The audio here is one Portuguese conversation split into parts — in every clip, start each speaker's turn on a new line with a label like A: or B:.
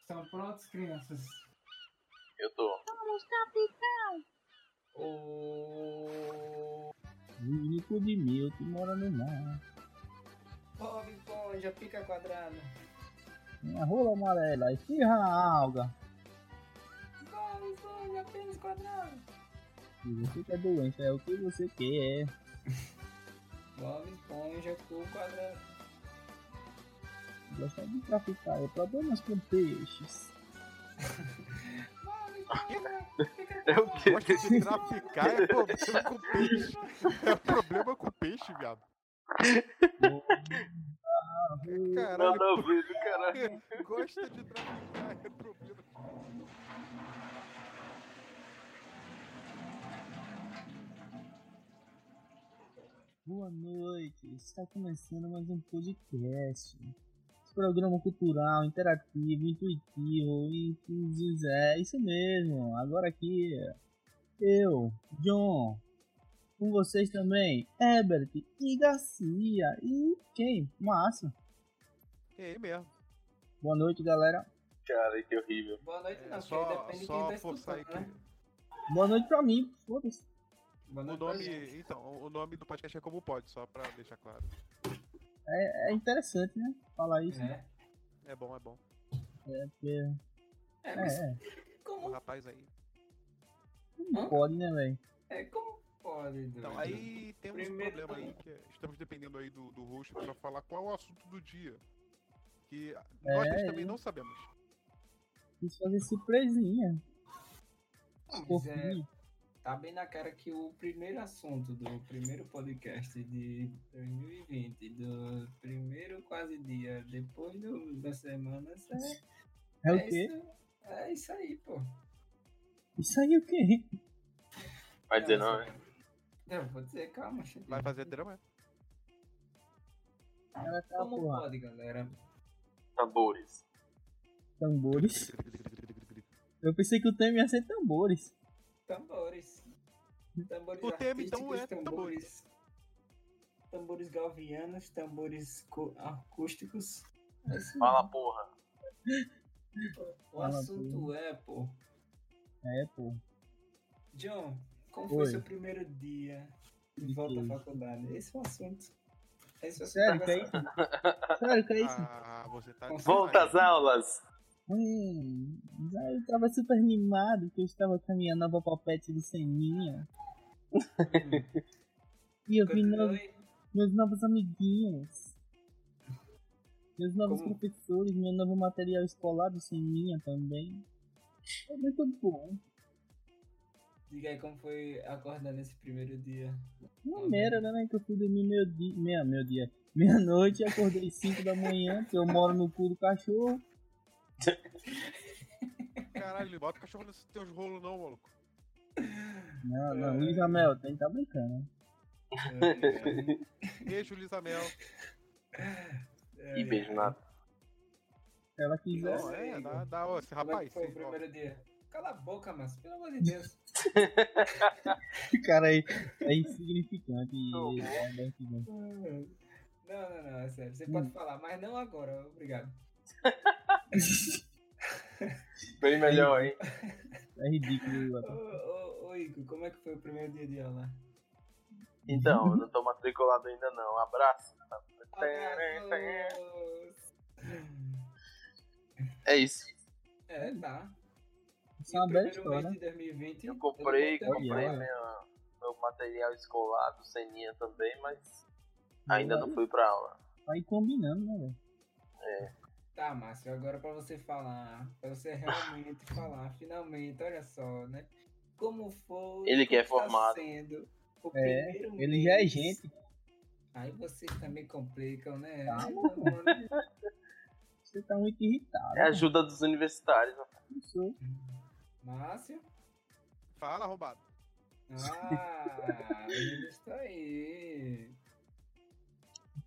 A: Estão prontos, crianças?
B: Eu tô.
C: Vamos, capitão!
A: O
D: O único de mil que mora no mar.
A: Bob Esponja, pica quadrado.
D: Minha rola amarela, espirra a alga.
A: Bob Esponja, pênis quadrado.
D: Se você quer doença, é o que você quer.
A: Bob Esponja, cu quadrado.
D: Gostar de traficar é problemas com peixes.
A: Bob Esponja, pica
B: É o
A: quadrado.
B: quê?
E: Gosta de traficar é problema com peixe. É problema com peixe, viado. Caralho,
B: Nada a ver do caralho.
E: gosta de traficar é problema com
D: Boa noite, está começando mais um podcast. Esse programa cultural, interativo, intuitivo e tudo é isso mesmo. Agora aqui, eu, John, com vocês também, Herbert e Garcia e quem? Márcio.
E: É aí mesmo.
D: Boa noite, galera.
B: Cara, que horrível.
A: Boa noite, não, porque
E: É, só
A: depende de
E: só
A: quem tá
E: forçar aí
A: escutando,
E: que.
A: né?
D: Boa noite pra mim, foda-se.
A: Boa
E: O
A: noite pra gente.
E: nome. Então, o nome do podcast é como pode, só pra deixar claro.
D: É interessante, né? Falar isso.
A: É,
E: É bom, é bom.
D: porque-
A: é, mas
D: É, é.
E: O
A: como,
E: rapaz aí.
D: Não pode, né, velho?
A: é, como pode, doido?
E: Então, aí temos um
A: Primeiro-
E: problema aí, que é- estamos dependendo aí do, do host pra falar qual é o assunto do dia. Que nós
D: É,
E: também não sabemos.
D: Quis fazer surpresinha.
A: Mas é-
D: fofinho.
A: Tá bem na cara que o primeiro assunto do primeiro podcast de 2020, do primeiro quase dia, depois do, da semana, isso é,
D: É
A: é
D: o quê?
A: Isso, é isso aí, pô.
D: Isso aí é o quê?
B: Vai dizer não, né?
A: Eu vou dizer, calma, chega.
E: Vai fazer drama?
D: Ela tá
A: Como
D: porra.
A: pode, galera?
B: Tá Tambores.
D: Tambores. Eu pensei que o tema ia ser tambores.
A: Tambores. Tambores
E: O tema, então,
A: artísticos,
E: é
A: tambores. Tambores galvianos, tambores co- acústicos. É isso
B: Fala porra.
A: mesmo. O
D: Fala,
A: assunto é, pô.
D: É, pô.
A: John, como foi
D: Oi.
A: seu primeiro dia de
D: De
A: volta à
D: quê?
A: faculdade? Esse é o assunto. Esse é o
D: Sério que é
A: assunto.
D: isso? Sério que é isso?
E: Ah, você tá.
B: Volta às aulas!
D: Hum, ah, eu tava super animado que eu estava com a minha nova popete de ceninha.
A: Hum.
D: E eu vi no-
A: Continue.
D: meus novos amiguinhos. Meus novos
A: Como?
D: professores, meu novo material escolar de ceninha também. É muito bom.
A: Diga aí como foi acordar nesse primeiro dia.
B: Uhum.
D: Uma merda, né? Que eu fui dormir meio dia. Meia, meio dia. Meia-noite, acordei 5 da manhã, que eu moro no cu do cachorro.
E: Caralho, bota o cachorro nesses teus rolos, não, maluco.
D: Não, não,
A: É.
D: Luísa Mel, tem que tá brincando.
E: É, Beijo, Lisamel.
B: E
E: é.
B: beijo na
D: Se ela quiser.
E: Não, é, dá, dá, ó, esse
A: Como é que
E: rapaz.
A: foi o
E: esse- ó.
A: primeiro dia? Cala a boca, mas pelo amor de Deus.
D: Cara, aí é insignificante. e é bem que bem.
A: Não, não, não, é sério. Você
D: Hum.
A: pode falar, mas não agora, obrigado.
B: Bem melhor, hein?
D: É ridículo.
A: Ô,
D: rapaz.
A: ô, ô, Igor, como é que foi o primeiro dia de aula?
B: Então, eu não tô matriculado ainda não. Abraço.
A: Abraços!
B: É isso.
A: É, tá.
D: Isso é uma bela
A: primeiro mês
D: história.
A: de 2020.
B: Eu comprei,
A: eu um não
D: comprei
B: comprei
D: ela.
B: minha- meu material escolar do Seninha também, mas
E: é
B: ainda não fui pra aula.
D: Vai combinando, né, velho?
A: Tá, Márcio, agora pra você falar, pra você realmente falar, finalmente, olha só, né? Como foi.
B: Ele que é
A: como tá
B: formado.
A: Sendo o
D: É,
A: primeiro
D: Ele já é
A: mês.
D: gente.
A: Aí vocês também complicam, né?
D: Ah,
A: Aí, mano,
D: Você tá muito irritado.
E: Ah.
B: É a ajuda dos universitários. né?
D: eu sou.
A: Márcio?
E: Fala, arrombado.
A: Ah, ele está aí.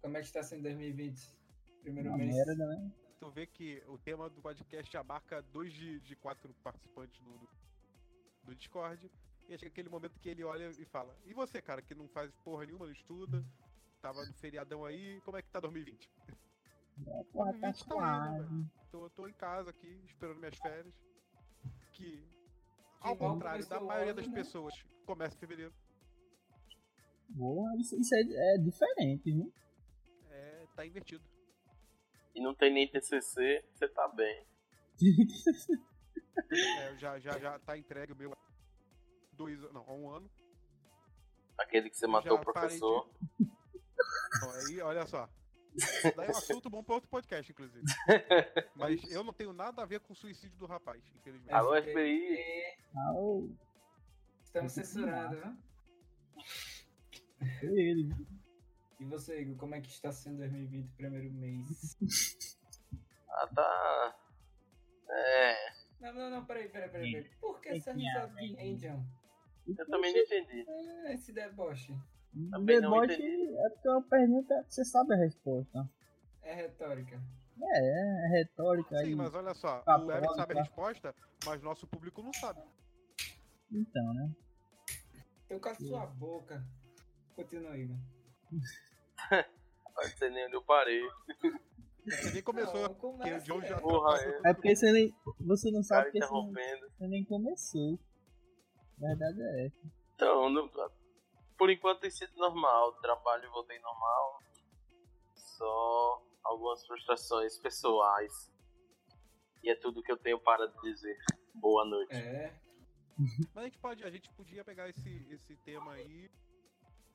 A: Como é que está sendo 2020? Primeiro
D: Uma
A: mês.
D: merda, né?
E: Tu vê que o tema do podcast abarca dois de, de quatro participantes do, do, do Discord. E chega aquele momento que ele olha e fala: E você, cara, que não faz porra nenhuma, não estuda, tava no feriadão aí, como é que tá 2020?
D: Porra, tá
E: 2020 tá lá, né,
D: suave.
E: tô, tô em casa aqui, esperando minhas férias. Que, ao
A: Que bom,
E: contrário da
A: começou
E: maioria
A: logo,
E: das
A: né?
E: pessoas, começa em fevereiro.
D: Boa, isso, isso é, é diferente, viu?
E: É, tá invertido.
B: E não tem nem TCC, você tá bem.
E: É, eu já, já, já tá entregue o meu há dois an- não, há um ano.
B: Aquele que você matou
E: Já
B: o
E: parei de-
B: professor.
E: Então, aí, olha só. Isso Daí é um assunto bom pra outro podcast, inclusive. Mas eu não tenho nada a ver com o suicídio do rapaz, infelizmente.
B: Alô, FBI.
A: É,
D: Ah, o-
A: Estamos censurados, né?
D: foi ele.
A: E você, Igor, como é que está sendo 2020, primeiro mês?
B: Ah, tá. É,
A: Não, não, não, peraí, peraí, peraí. peraí. Por que essa
D: é,
A: risada de Angel?
B: eu também não entendi.
A: É, esse deboche.
B: também não
D: Deboche
B: entendi.
D: é porque é uma pergunta que você sabe a resposta.
A: É retórica.
D: É, é retórica aí.
E: Sim, mas olha só,
D: Tá
E: o Everton
D: bom,
E: sabe a
D: tá.
E: resposta, mas nosso público não sabe.
D: Então, né?
A: Então com a sua boca. Continua, Igor.
B: Pode ser nem onde eu parei.
E: Você nem começou.
A: Não, começa,
E: Porque o John já tá
A: velho.
B: Porra, é.
D: É porque você nem. Você não
B: O cara
D: sabe porque você,
B: interrompendo.
D: você nem começou. Verdade é essa.
B: Então, não- por enquanto tem sido normal. Trabalho voltei normal. Só algumas frustrações pessoais. E é tudo que eu tenho para dizer. Boa noite.
A: É,
E: Mas a gente, pode, a gente podia pegar esse, esse tema aí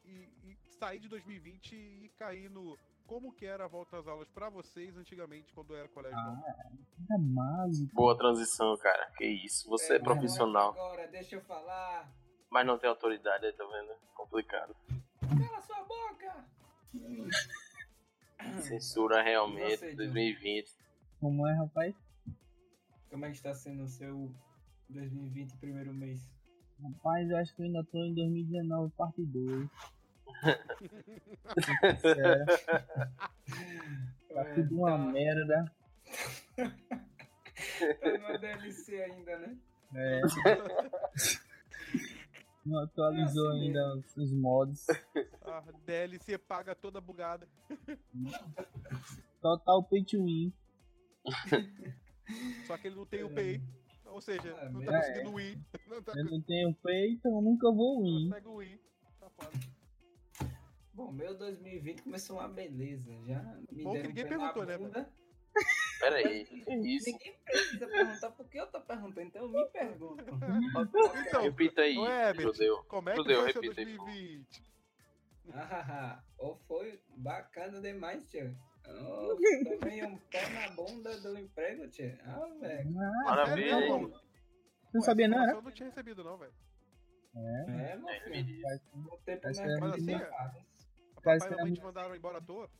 E: e, e sair de 2020 e cair no como que era a volta às aulas pra vocês antigamente, quando era colégio. normal.
D: Tá mágico.
B: Boa transição, cara. Que isso. Você é,
A: mas
B: profissional,
A: Agora, deixa eu falar.
B: mas não tem autoridade aí, tá vendo? Complicado.
A: Cala sua boca!
B: Censura realmente,
A: Você, Diogo?
B: 2020.
D: Como é, rapaz?
A: Como é que está sendo o seu 2020, primeiro mês?
D: Rapaz, eu acho que eu ainda tô em 2019, parte Tá 2. Sério, tá
A: É,
D: tudo uma
A: tá-
D: merda.
A: Tá numa DLC ainda, né?
D: É. Não atualizou
A: É assim
D: ainda os- os mods.
E: A DLC paga toda bugada.
D: Total pay to win.
E: Só que ele não tem o PI.
D: É.
E: Ou seja,
A: Ah,
E: não
A: mesmo.
E: tá conseguindo win. Não tá
D: Eu não tenho pay, então eu nunca vou win.
E: conseguindo win. Tá foda.
A: Bom, meu 2020 começou uma beleza. Já me
E: Bom que
A: deram
E: ninguém
A: pé na
E: perguntou, né,
A: bunda.
B: Pera aí, que isso.
A: Ninguém precisa perguntar porque eu tô perguntando, então eu me pergunto.
E: Então,
B: Repita aí,
E: Ué, Beto.
B: judeu.
E: como é que
B: É, Fudeu,
E: foi seu
B: repita aí, por
E: 2020?
A: Ah, ou foi bacana demais, tio. Eu tomei um pé na bunda do emprego, tio. Ah, velho.
B: Maravilha,
E: Sério,
B: hein?
E: mano?
D: Você não sabia, não, né?
E: Essa informação É, Eu não tinha recebido, não, velho.
A: É, meu
B: Me
A: filho. um
B: diz.
A: Voltei pro
D: Parece que
A: mercado
E: era
A: de
E: minha-
A: trabalho.
E: A
D: Parece
E: papai e
D: que
E: a mãe
D: era-
E: te mandaram embora à toa.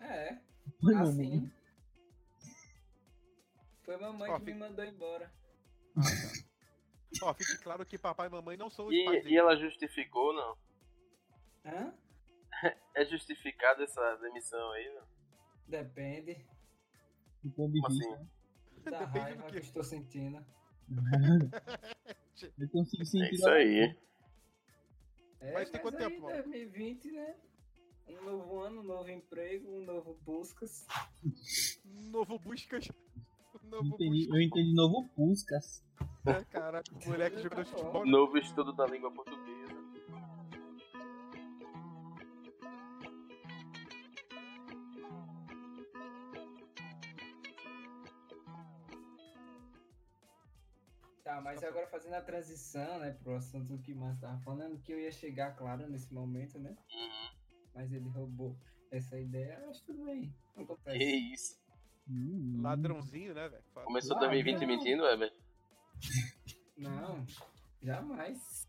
A: É,
D: Foi meu mundo.
A: assim. Foi mamãe
E: Ó,
A: que me mandou embora.
E: Ó, fique claro que papai e mamãe não é são os pais
B: E,
E: dele.
B: e ela justificou, não?
A: Hã?
B: É justificada essa demissão aí, não?
A: Depende
D: Do ponto de
B: Como assim?
D: vista.
A: da
E: Depende do
A: raiva que
E: quê?
A: eu estou sentindo.
D: Eu consigo
B: É
D: sentir.
B: isso aí.
A: É,
E: Mas tem quanto
A: aí,
E: tempo, mano?
A: 2020, né? Um novo ano, um novo emprego, um novo buscas.
E: Novo Buscas.
D: Eu
E: Novo
D: entendi, eu
E: Buscas.
D: entendi novo assim. Puscas.
E: né, Cara, moleque jogando futebol.
B: Novo estudo da língua portuguesa.
A: Tá, mas agora fazendo a transição, né, pro assunto que o Márcio tava falando, que eu ia chegar, claro, nesse momento, né? Mas ele roubou essa ideia, mas tudo bem. Acontece.
B: Que isso.
D: Hum,
E: Ladrãozinho, né, velho? Fala.
B: Começou
D: Ah,
B: 2020
A: não.
B: mentindo, Weber?
A: Não, jamais.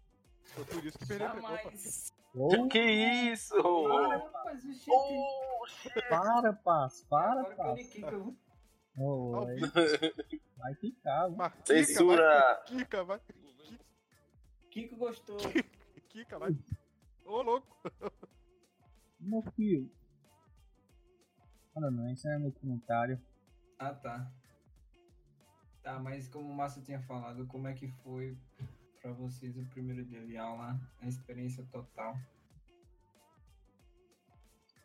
E: Foi por isso que perdeu a Copa.
A: Jamais.
D: Ou
B: Que isso?
A: Ah, rapaz, o chip.
B: Oh,
D: para, paz, para,
A: Agora que eu
D: paz.
A: lhe quico, eu vou-
D: Ô,
E: Ao
D: aí
E: vivo.
D: vai ficar, viu?
E: Mas quica,
B: Censura!
E: vai, Quica, vai.
A: Kiko gostou.
E: Quica, vai. Ô, louco.
D: Meu filho. Olha, não, esse é meu comentário.
A: Ah, tá. Tá, mas como o Márcio tinha falado, como é que foi pra vocês o primeiro dia de aula? A experiência total.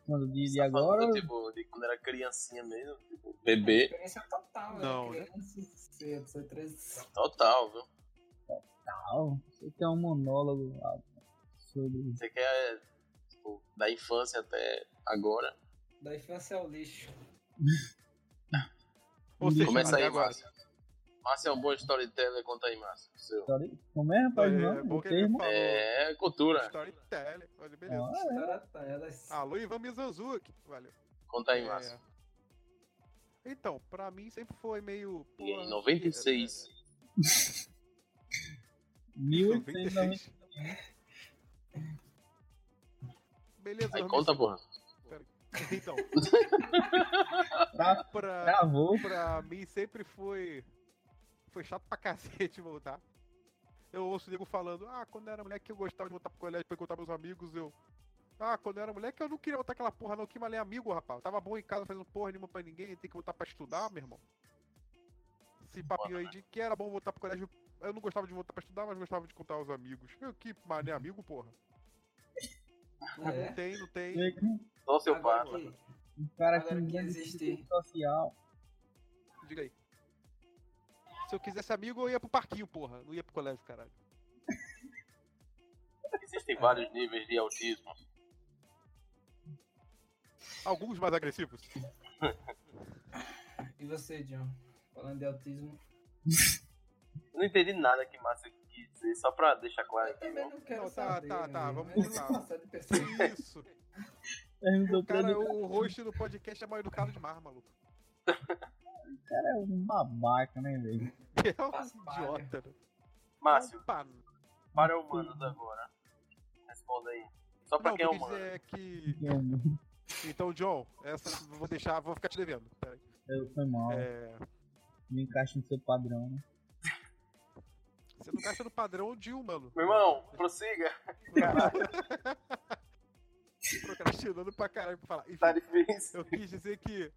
D: Quando diz de
B: Tá falando,
D: agora,
B: Tá tipo, de quando era criancinha mesmo. Tipo, Bebê
A: Experiência total, né?
E: Não, né?
A: Criança, cedo, essa transição.
B: total, viu?
D: Tal. Você quer um monólogo ah, sobre.
B: Você quer, tipo, da infância até agora.
A: Da infância ao lixo.
E: Ou seja,
B: Começa
E: até
B: aí,
E: agora.
B: Márcio. Márcio é um bom storyteller, conta aí, Márcio. Seu.
D: história? Como é, rapaz?
E: É,
D: não,
E: bom
D: o
E: que ele
D: termo.
E: falou.
B: É, cultura.
E: Storytelling. Olha, beleza.
D: Ah, é.
A: Ela tá, ela
E: Alô, Ivan Mizanzuki. Valeu.
B: Conta aí,
E: É.
B: Márcio.
E: Então, pra mim sempre foi meio.
B: E
E: porra,
B: em 96,
D: 1890.
E: Beleza,
B: aí
E: mas-
B: conta, porra.
E: Então,
D: Tá,
E: pra,
D: Travou.
E: pra mim sempre foi. Foi chato pra cacete voltar. Eu ouço o nego falando, ah, quando eu era moleque eu gostava de voltar pro colégio pra encontrar meus amigos, eu. Ah, quando eu era moleque eu não queria voltar aquela porra, não, que malé amigo, rapaz. Eu tava bom em casa fazendo porra nenhuma pra ninguém, tem que voltar pra estudar, meu irmão. Esse papinho aí de que era bom voltar pro colégio. Eu não gostava de voltar pra estudar, mas gostava de encontrar os amigos. Eu, que mané amigo, porra. Não
A: É.
E: tem, não tem.
B: Só seu
A: Agora
B: pai.
A: que-
D: Um cara
A: Agora que
D: que
A: existe.
D: existe social.
E: Diga aí. Se eu quisesse amigo, eu ia pro parquinho, porra. Não ia pro colégio, caralho.
B: Existem vários níveis de autismo.
E: Alguns mais agressivos.
A: E você, John? Falando de autismo.
B: Eu não entendi nada que Márcio quis dizer, só pra deixar claro
A: Eu
B: aqui,
A: também
B: né?
A: não quero
E: Não, tá,
A: saber.
E: tá, tá,
A: né?
E: vamos
A: Mas
E: lá.
A: passar de
E: Que
A: pessoa.
E: Isso.
D: Perguntou
E: O
D: pra ele,
E: cara, o host do podcast é mal educado demais, maluco.
D: o cara é um babaca, né, velho?
E: É
A: Faz
E: um
A: palha.
E: idiota. né?
B: Márcio,
E: Um pan-
B: para humanos agora. Responda aí. Só pra
E: Não, o que
B: quem é
E: eu quis
B: humano.
E: dizer é que...
D: Que é um-
E: Então, John, essa eu vou deixar, vou ficar te devendo. Peraí.
D: Eu foi mal.
E: É,
D: Não encaixa no seu padrão, né?
E: você não caixa no padrão de humano.
B: Meu irmão, prossiga.
E: Procrastinando pra caralho pra falar. Enfim.
B: Tá difícil.
E: Eu quis dizer que.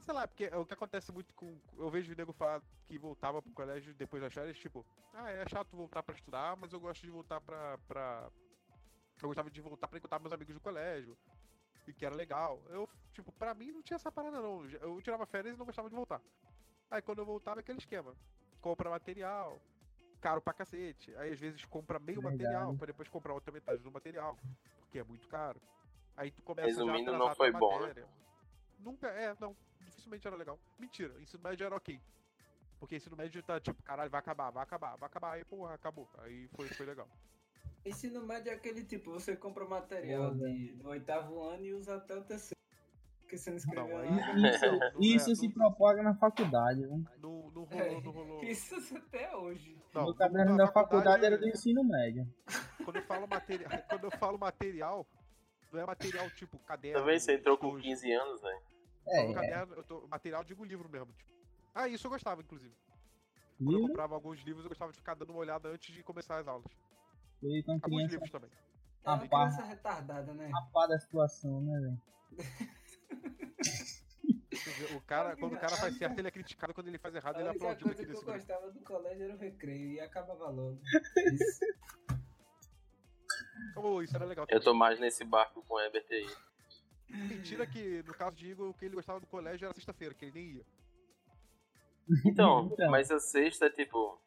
E: Sei lá, porque é o que acontece muito com. Eu vejo o nego falar que voltava pro colégio depois das férias, tipo, ah, é chato voltar pra estudar, mas eu gosto de voltar pra. pra... Eu gostava de voltar pra encontrar meus amigos do colégio. E que era legal. Eu, tipo, pra mim não tinha essa parada, não. Eu já- Eu tirava férias e não gostava de voltar. Aí quando eu voltava, aquele esquema. Compra material, caro pra cacete. Aí às vezes compra meio
D: Verdade.
E: material, pra depois comprar outra metade do material, porque é muito caro. Aí tu começa
B: Resumindo,
E: já a
B: não
E: atrasar
B: foi
E: tua
B: bom, né?
E: matéria. Nunca, é, não. Dificilmente era legal. Mentira, ensino médio era ok. Porque ensino médio tá tipo, caralho, vai acabar, vai acabar, vai acabar. Aí, porra, acabou. Aí foi, foi legal.
A: Ensino médio é aquele tipo, você compra material
D: Porra.
A: de, do oitavo ano e usa até o terceiro. Porque você não escreveu
E: Não, aí-
A: nada.
D: Isso, isso
E: Não, é, Então,
D: se
E: não-
D: propaga na faculdade, né?
E: Não, não rolou, não rolou.
A: Isso até hoje.
E: Não,
D: Meu caderno
E: na
D: da faculdade era do ensino médio.
E: Quando eu falo material, quando eu falo material, não é material tipo caderno.
B: Também você entrou com
E: estojo.
B: 15 anos, né? velho.
E: Eu falo
D: É, é.
E: caderno, eu tô, material, eu digo livro mesmo. Tipo. Ah, isso eu gostava, inclusive. Quando eu
D: Livro,
E: comprava alguns livros, eu gostava de ficar dando uma olhada antes de começar as aulas.
D: foi com
E: Alguns
D: criança
E: livros também.
A: É
D: Ah,
A: uma criança retardada, né?
D: tapada a situação, né, velho?
E: Tu vê, O cara,
A: Olha,
E: quando o cara faz certo, ele é criticado, quando ele faz errado, ele é
A: A única
E: aplaudido
A: coisa
E: aqui
A: que eu
E: nesse grupo.
A: gostava do colégio era o recreio e acabava logo. Isso.
E: Oh, isso era legal.
B: Eu
E: também.
B: tô mais nesse barco com o Herbert aí.
E: Mentira que, no caso de Igor, o que ele gostava do colégio era sexta-feira, que ele nem ia.
B: Então,
D: Então.
B: mas a sexta é tipo.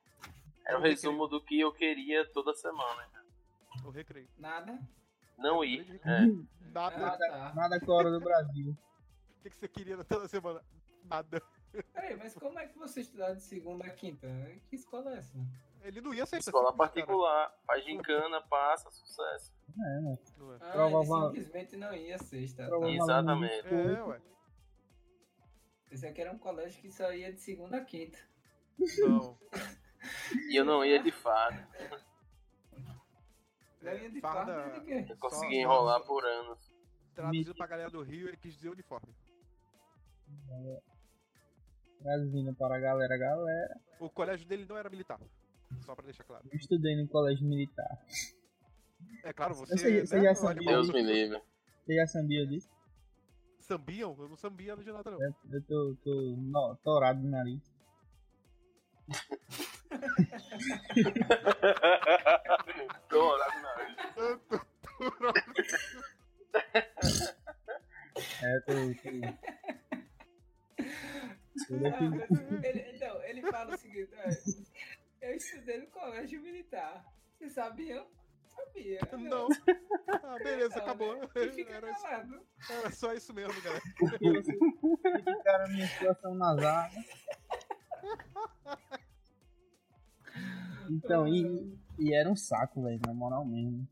B: É o
E: Eu não
B: resumo do que eu queria toda semana.
E: O recreio.
A: Nada?
B: Não ir. É.
E: Nada.
A: Ah, tá.
D: Nada com a hora do Brasil.
E: O que que você queria toda semana? Nada.
A: Peraí, mas como é que você estudava de segunda a quinta? Que escola é essa?
E: Ele não ia sexta
B: Escola
E: simples, cara.
B: particular, faz gincana, passa, sucesso.
E: Não é.
A: Ah,
D: Prova
A: ele
D: val-
A: simplesmente não ia sexta. tá?
D: Prova
B: Exatamente.
E: É, ué.
A: Esse aqui era um colégio que só ia de segunda a quinta.
E: Não.
B: E eu não ia de fada.
A: Não ia de né,
E: É, Farda-
A: farda nem de quê?
B: Eu consegui
E: Só-
B: enrolar
E: só-
B: por anos.
E: Traduzido pra galera do Rio, ele quis dizer uniforme.
D: Traduzindo para a galera, galera.
E: O colégio dele não era militar. Só pra deixar claro.
D: Eu estudei no colégio militar.
E: É claro, você.
D: Eu sei- você já sabia.
E: animal-
B: Deus me livre.
D: Você já sabia disso?
E: Sambiam? Eu não sambia de nada, não.
D: Eu, eu tô, tô no, torado no nariz.
B: Tô orado na hora.
D: É, eu tô, tô
A: Não, Ah, ele, não, ele fala o seguinte: olha, eu estudei no colégio militar. Vocês sabiam? Sabia.
E: Não. Ah, beleza,
A: Não,
E: acabou.
A: E fica
E: Era, assim. isso-
A: calado.
E: era só isso mesmo, galera.
D: Porque você ficar a minha situação nasal. Então, e, e era um saco, velho, na moral mesmo.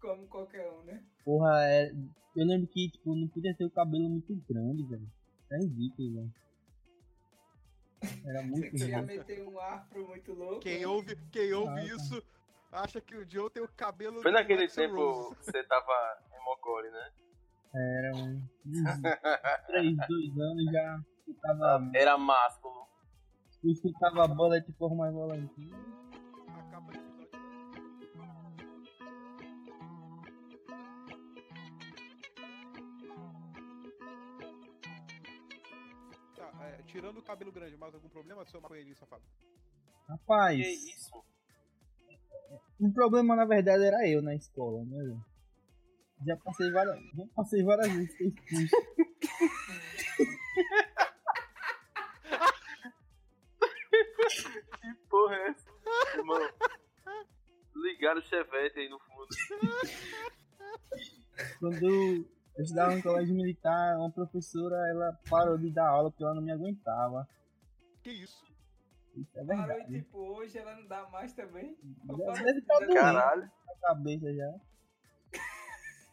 A: Como qualquer um, né?
D: Porra, é- eu lembro que, tipo, não podia ter o cabelo muito grande, velho. Era ridículo, velho. Era muito
A: Você ia
D: ridículo.
A: meter um afro muito louco. né?
E: Quem ouve, quem ouve
D: Nada.
E: isso acha que o Joe tem o cabelo.
B: Foi
E: do
B: naquele
E: Axl
B: tempo
E: Rose.
B: que você tava em Mogori, né?
D: Era um... 3, 2 anos já escutava,
B: Era másculo.
D: eu escutava a bola de forma mais volantinha.
E: A capa do episódio. Tá, é, tirando o cabelo grande, mais algum problema, seu maconheirinho safado?
B: Que
D: Rapaz,
B: isso?
D: o problema na verdade era eu na escola, né? velho? Já passei várias, já passei várias vezes que eu expus.
B: Que porra é essa? Mano, ligaram o chevette aí no fundo.
D: Quando eu estudava no colégio militar, uma professora ela parou de dar aula porque ela não me aguentava.
E: Que isso?
D: Isso é
A: Parou e
D: verdade.
A: tipo, hoje ela não dá mais também.
D: Já deve estar doendo na
B: Caralho,
D: cabeça já.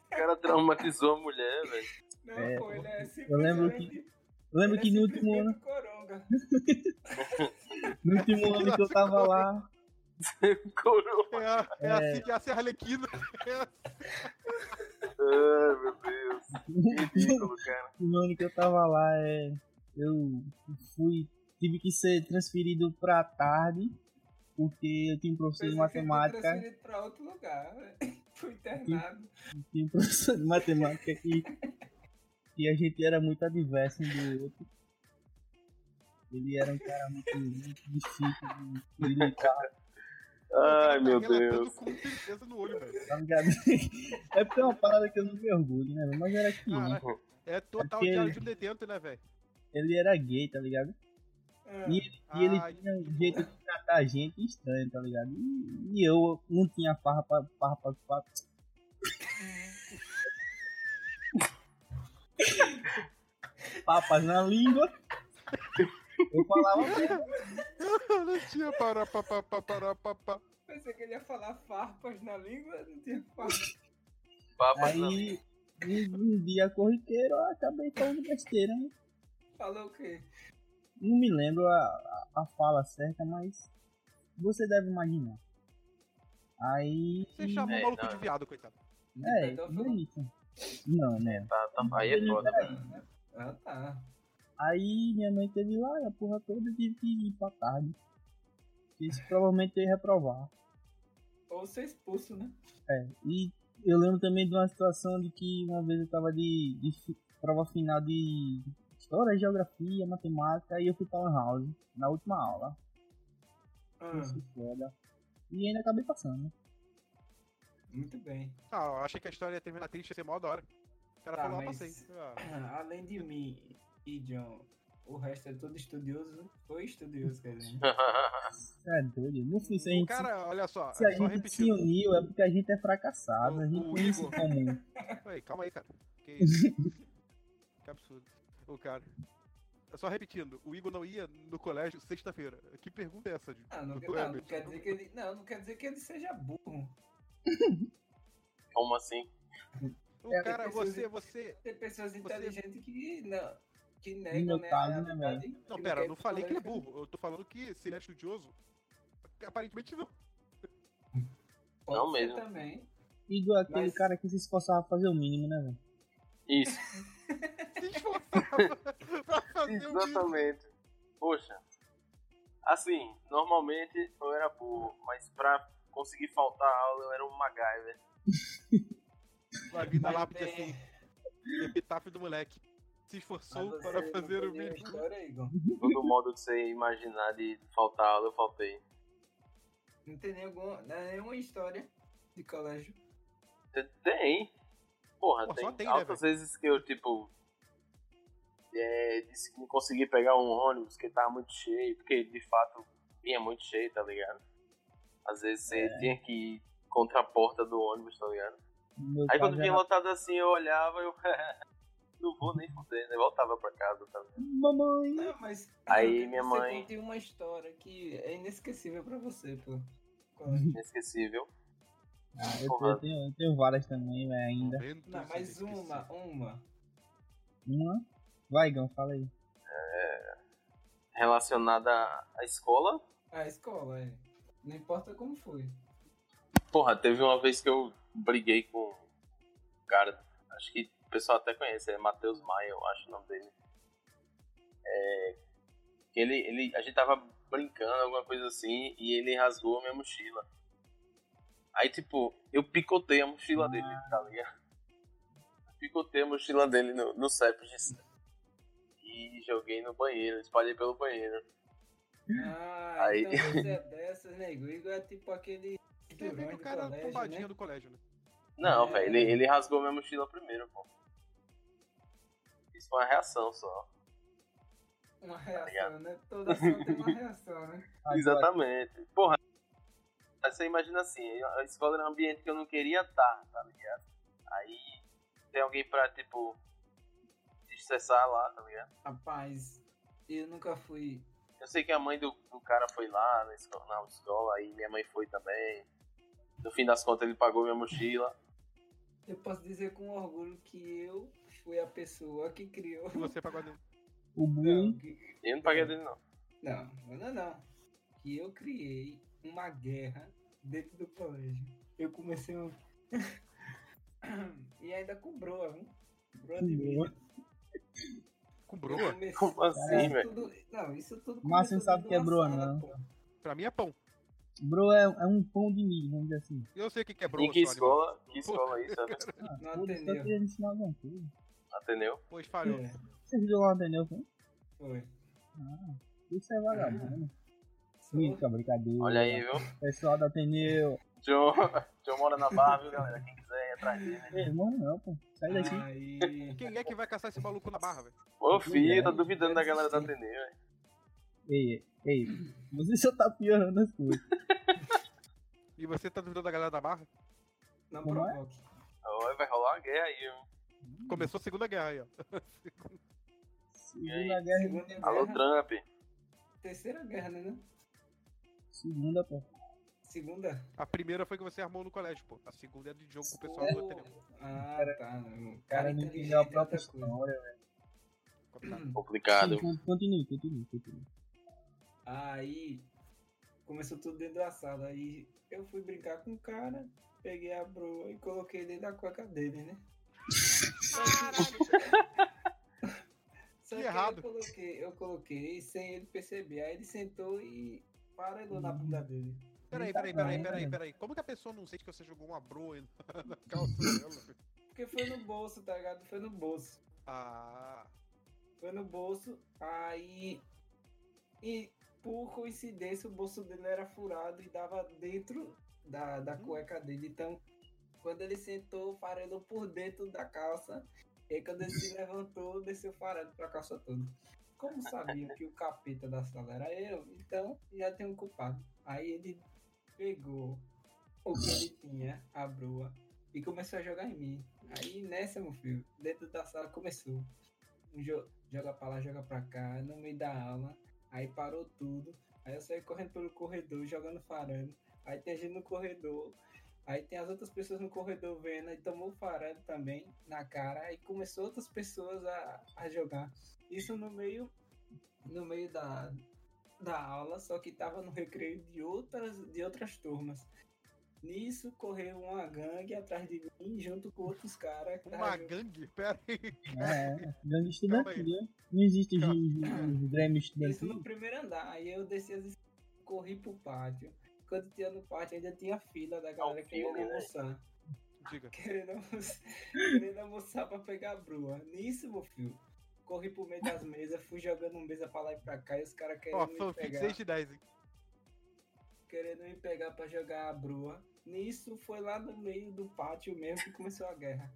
B: o cara traumatizou a mulher, velho.
A: Não,
D: É,
A: pô, ele é simplesmente.
D: eu lembro Eu lembro
A: ele é
D: que no último
A: simplesmente
D: ano,
A: Coronga.
D: no último ano que eu tava lá,
B: Coroa.
E: É, a- é, assim que é a Serra Lequina.
B: Ai, meu Deus.
D: no
B: Ridículo, cara.
D: último ano que eu tava lá, é, eu fui, tive que ser transferido pra tarde, porque eu tinha um professor de
A: Pensei que ele foi
D: matemática.
A: transferido pra outro lugar. Fui internado.
D: Tinha um professor de matemática que, que a gente era muito adverso um do outro. Ele era um cara muito, muito difícil de de lidar,
B: Ai, meu
E: Relatando
B: Deus.
E: com tristeza no olho, velho.
D: tá ligado? É porque é uma parada que eu não me orgulho, né? Mas era criança.
E: Caraca, é total
D: Aquele-
E: diário de um detento, né, velho?
D: Ele era gay, tá ligado? E ele
E: Ah,
D: tinha um jeito de tratar a gente estranho, tá ligado? E, e eu não tinha farra pra, farra pra, pra- papas na língua. Eu falava assim,
E: Não tinha para, pa, pa, pa, para, pa, pa.
A: Pensei que ele ia falar farpas na língua, não tinha farpas.
B: Papas na língua.
D: Aí, um, um dia corriqueiro, eu acabei falando besteira, né?
A: Falou o quê?
D: Não me lembro a, a, a fala certa, mas você deve imaginar. Aí.
E: Você chama
B: É,
E: o maluco
B: não.
E: de viado, coitado.
D: É,
A: pedófilo?
D: não é isso. Não, né?
B: Tá, tá. Aí é foda, velho.
A: Ah, tá.
D: Aí minha mãe teve lá, a porra toda, eu tive que ir pra tarde. Isso provavelmente eu ia reprovar.
A: Ou ser expulso, né?
D: É, e eu lembro também de uma situação de que uma vez eu tava de, de fi- prova final de história, geografia, matemática, e eu fui pra Lan House na última aula.
A: Ah,
E: Hum.
D: Isso foda. E ainda acabei passando. né?
A: muito bem.
E: Ah, eu achei que a história ia terminar triste, ia ser mó da hora. O cara
A: Tá,
E: falou, ah,
A: mas-
E: passei. Ah,
A: Ah, Além de mim e John, o resto é todo estudioso. Foi estudioso, quer dizer. né?
D: Você é doido. Não fui se a
E: o
D: gente,
E: cara, olha só,
D: se a
E: só
D: gente se
E: repetindo.
D: uniu é porque a gente é fracassado, a gente
E: O- o
D: tem isso em
E: Igor.
D: comum.
E: Ei, calma aí, cara. Que isso? que absurdo. O cara. Só repetindo, o Igor não ia no colégio sexta-feira. Que pergunta é essa,
A: Ah, não, não,
E: doutor
A: não
E: Herbert?
A: quer dizer que ele. Não, não quer dizer que ele seja burro.
B: Como assim?
E: O cara, você, você.
A: Tem pessoas
E: Você-
A: inteligentes que não. Que
D: meu
A: negam, né?
D: caso,
A: a
D: né,
A: verdade, que
E: Não, pera,
A: quer
E: eu não falei que ele é
A: colégio.
E: burro. Eu tô falando que se ele é estudioso, aparentemente não.
A: Pode
B: Não
A: ser
B: mesmo.
A: também.
D: Igor é aquele
A: Mas-
D: cara que se esforçava pra fazer o mínimo, né, velho?
B: Isso,
E: Se esforçava pra fazer o mínimo.
B: exatamente. Poxa. Assim, normalmente eu era burro, mas pra conseguir faltar a aula eu era um MacGyver.
E: Vai vir na
A: Mas é.
E: lápide
A: tem-
E: assim, epitáfio do moleque.
A: Mas
E: Se
A: é.
E: esforçou
A: você
E: para
A: não
E: um fazer o
A: tem nenhuma
E: mínimo.
A: História, Igor.
B: Todo modo que você imaginar de faltar aula, eu faltei.
A: Não tem nenhuma, nenhuma história de colégio.
B: Tem. Porra,
E: Pô, só
B: tem,
E: tem, né,
B: altas vezes que eu, tipo, é, disse que não conseguia pegar um ônibus que tava muito cheio, porque de fato vinha muito cheio, tá ligado? Às vezes você
E: É.
B: tinha que ir contra a porta do ônibus, tá ligado?
D: Meu
B: Aí
D: pai
B: quando
D: já
B: vinha lotado assim, eu olhava e eu. não vou nem fuder, né? Voltava pra casa, tá ligado?
D: Mamãe!
A: Não, mas
B: Aí,
A: eu
B: minha
A: você
B: mãe-
A: contei uma história que é inesquecível pra você, pô. Quando-
B: Inesquecível.
D: Ah, eu,
B: Porra.
D: tenho, eu, tenho, eu tenho várias também, velho, ainda.
E: Momentos
A: Não, mais
E: inesquecíveis.
A: uma, uma.
D: Uma. Vai, Gão, fala aí.
B: Relacionada à escola,
A: A escola, é. Não importa como foi.
B: Porra, teve uma vez que eu briguei com um cara, acho que o pessoal até conhece, é Matheus Maia, eu acho o nome dele. É, que ele, ele, a gente tava brincando, alguma coisa assim, e ele rasgou a minha mochila. Aí, tipo, eu picotei a mochila dele, tá ligado? Picotei a mochila dele no, no Sepsis. E joguei no banheiro, espalhei pelo banheiro.
A: Ah,
B: Aí-
A: então você é dessas, nego. Igor é tipo aquele
E: Teve
A: cinturão
E: o
A: de
E: cara é um
A: colégio,
E: tombadinha
A: né?
E: do colégio, né?
B: Não,
A: É.
B: velho, ele, ele rasgou minha mochila primeiro, pô. Isso foi uma reação só.
A: Uma reação, né? Toda ação tem uma reação, né?
D: Vai,
B: Exatamente. Porra, aí você imagina assim, a escola era um ambiente que eu não queria estar, tá ligado? Aí tem alguém pra, tipo, estressar lá, tá ligado?
A: Rapaz, eu nunca fui...
B: Eu sei que a mãe do, do cara foi lá na escola, na escola, aí minha mãe foi também. No fim das contas ele pagou minha mochila.
A: Eu posso dizer com orgulho que eu fui a pessoa que criou...
E: E você pagou dentro.
D: pode. O
A: Não,
D: bullying.
A: que-
B: E eu não paguei dele não.
A: Não, não, não, não. Que eu criei uma guerra dentro do colégio. Eu comecei um. e ainda com broa, viu? Broa de mim.
D: Broa.
E: Com
A: Eu
E: broa?
A: comecei-
B: Como assim,
A: Isso
B: velho?
A: tudo- Não, isso tudo
D: Mas você
A: começou
D: não sabe
A: dentro
D: que é
A: de uma
D: broa,
A: sala,
D: não.
A: pô.
E: Pra mim é pão.
D: Bro é, é um pão de milho, vamos dizer assim.
E: Eu sei o que que é broa,
B: Em que
E: seu animal.
B: escola? Que escola é isso?
D: Ah,
A: Não
D: foda-se,
A: atendeu.
D: Só queria me ensinar alguma coisa.
B: Ateneu?
E: Pois falhou.
A: É,
D: Você jogou lá no Ateneu, foi?
A: foi.
D: Isso é
A: Uhum.
D: vagabundo.
A: Sou-
D: Isso, é brincadeira.
B: Olha aí, viu?
D: Pessoal da Ateneu.
B: Joe, Joe mora na barra, viu, galera? Quem quiser ir atrás dele. né?
D: Ei, mano, não, pô. Sai daqui.
A: Aí.
E: Quem é que vai caçar esse maluco na barra, velho?
B: Ô, filho, tá duvidando da galera da Ateneu, velho.
D: Ei, ei. Você só tá piorando as coisas.
E: E você tá duvidando da galera da barra?
A: Não
D: Como é?
A: provoque.
B: Ó, vai rolar uma guerra aí, viu?
E: Começou a Segunda Guerra aí, ó.
B: é?
D: Segunda guerra.
A: Segunda guerra.
B: Alô, Trump.
A: Terceira guerra, né? né?
D: Segunda, pô.
A: Segunda.
E: A primeira foi que você armou no colégio, pô. A segunda é de jogo com o pessoal do Ateneu.
A: Ah, tá. não. O
D: O cara
A: é
D: não
A: inteligente,
D: entendeu a
A: é
D: própria
A: outra coisa.
D: história.
E: Combinado.
A: Hum,
B: Complicado.
D: Sim, con- Continue, continue, continue.
A: Aí começou tudo dentro da sala. Aí eu fui brincar com o cara, peguei a broa e coloquei dentro da cueca dele, né? Só que- Só
E: Que
A: que
E: errado.
A: Eu coloquei, eu coloquei sem ele perceber. Aí ele sentou e parelou
E: Hum.
A: na bunda dele.
E: Peraí, peraí, peraí,
A: né?
E: peraí, peraí. Como que a pessoa não sente que você jogou uma broa na na calça dela? velho?
A: Porque foi no bolso, tá ligado? Foi no bolso.
E: Ah.
A: Foi no bolso, aí. E por coincidência o bolso dele era furado e dava dentro da, da cueca dele. Então, quando ele sentou, farelou por dentro da calça. E aí, quando ele se levantou, desceu farelo pra calça toda. Como sabiam que o capeta da sala era eu, então já tem um culpado. Aí ele pegou o que ele tinha, a broa, e começou a jogar em mim. Aí nessa, meu filho, dentro da sala começou. Um jo- joga pra lá, joga pra cá, no meio da aula. Aí parou tudo. Aí eu saí correndo pelo corredor, jogando farelo. Aí tem gente no corredor. Aí tem as outras pessoas no corredor vendo. Aí tomou farelo também na cara. Aí começou outras pessoas a, a jogar. Isso no meio, no meio da, da aula, só que tava no recreio de outras, de outras turmas. Nisso correu uma gangue atrás de mim, junto com outros caras. que tava
E: Uma
A: jogando.
E: gangue? Pera aí.
D: É, gangue
E: Calma aí.
D: estudantil. Não existe os, os, os grêmios
A: Isso no
D: estudantil.
A: primeiro andar. Aí eu desci as escadas, corri pro pátio. Quando tinha no pátio, ainda tinha fila da galera
B: Ao
A: querendo
B: filme, né?
A: almoçar.
E: Diga.
A: Querendo almoçar, querendo almoçar pra pegar a broa. Nisso, meu filho. Corri pro meio das mesas, fui jogando mesa pra lá e pra cá e os caras querendo
E: Ó,
A: me
E: fanfic
A: pegar.
E: 6 de 10, hein?
A: Querendo me pegar pra jogar a broa. Nisso foi lá no meio do pátio mesmo que começou a guerra.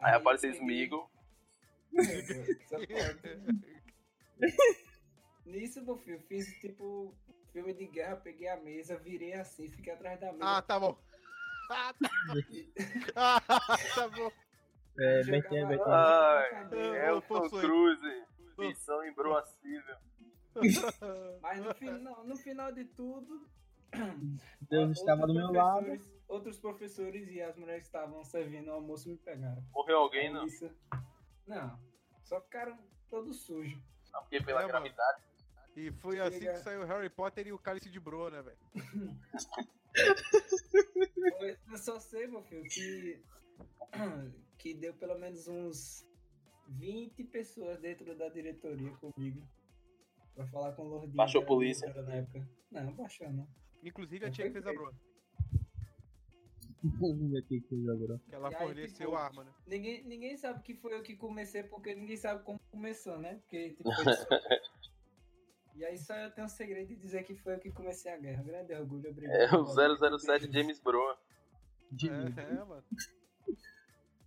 B: Aí
A: eu
B: apareceu
A: peguei-
B: Smigo.
A: Só pode. Nisso, meu filho, fiz tipo filme de guerra, peguei a mesa, virei assim, fiquei atrás da mesa.
E: ah, tá bom. Ah, tá bom. Ah, tá bom.
D: É,
A: Şey
D: vai ter, vai ter.
B: Ai,
E: é o
B: Elton
E: Poçoi.
B: Cruise, missão imbrocível.
A: Mas no final, no final de tudo.
D: Deus
A: outros
D: estava do meu lado.
A: professores- Outros professores e as mulheres que estavam servindo o almoço me pegaram.
B: Morreu alguém,
A: Aí
B: não?
A: isso- Não. Só ficaram todos sujos.
B: Não, porque pela
E: É, mano.
B: gravidade.
E: E foi assim que
A: Chega.
E: saiu Harry Potter e o Cálice de Bro, né, velho?
A: Foi- Eu só sei, meu filho, que, que deu pelo menos uns 20 pessoas dentro da diretoria comigo. Pra falar com o Lordinho.
B: Baixou
A: que era
B: a polícia?
A: diretora Na época. Não, baixou não.
E: Inclusive a
A: Não
E: tia que
A: foi
E: fez a
A: feito.
E: Bro,
D: Vamos ver o que que ele jogou.
E: que ela
A: E aí,
E: forneceu
A: tipo,
E: a arma, né?
A: Ninguém, ninguém sabe que foi eu que comecei, porque ninguém sabe como começou, né? Porque, tipo, eu- e aí só eu tenho o segredo de dizer que foi eu que comecei a guerra. Grande orgulho, obrigado.
B: É o 007
A: James.
B: James Bro.
D: De novo.
E: É, é, mano.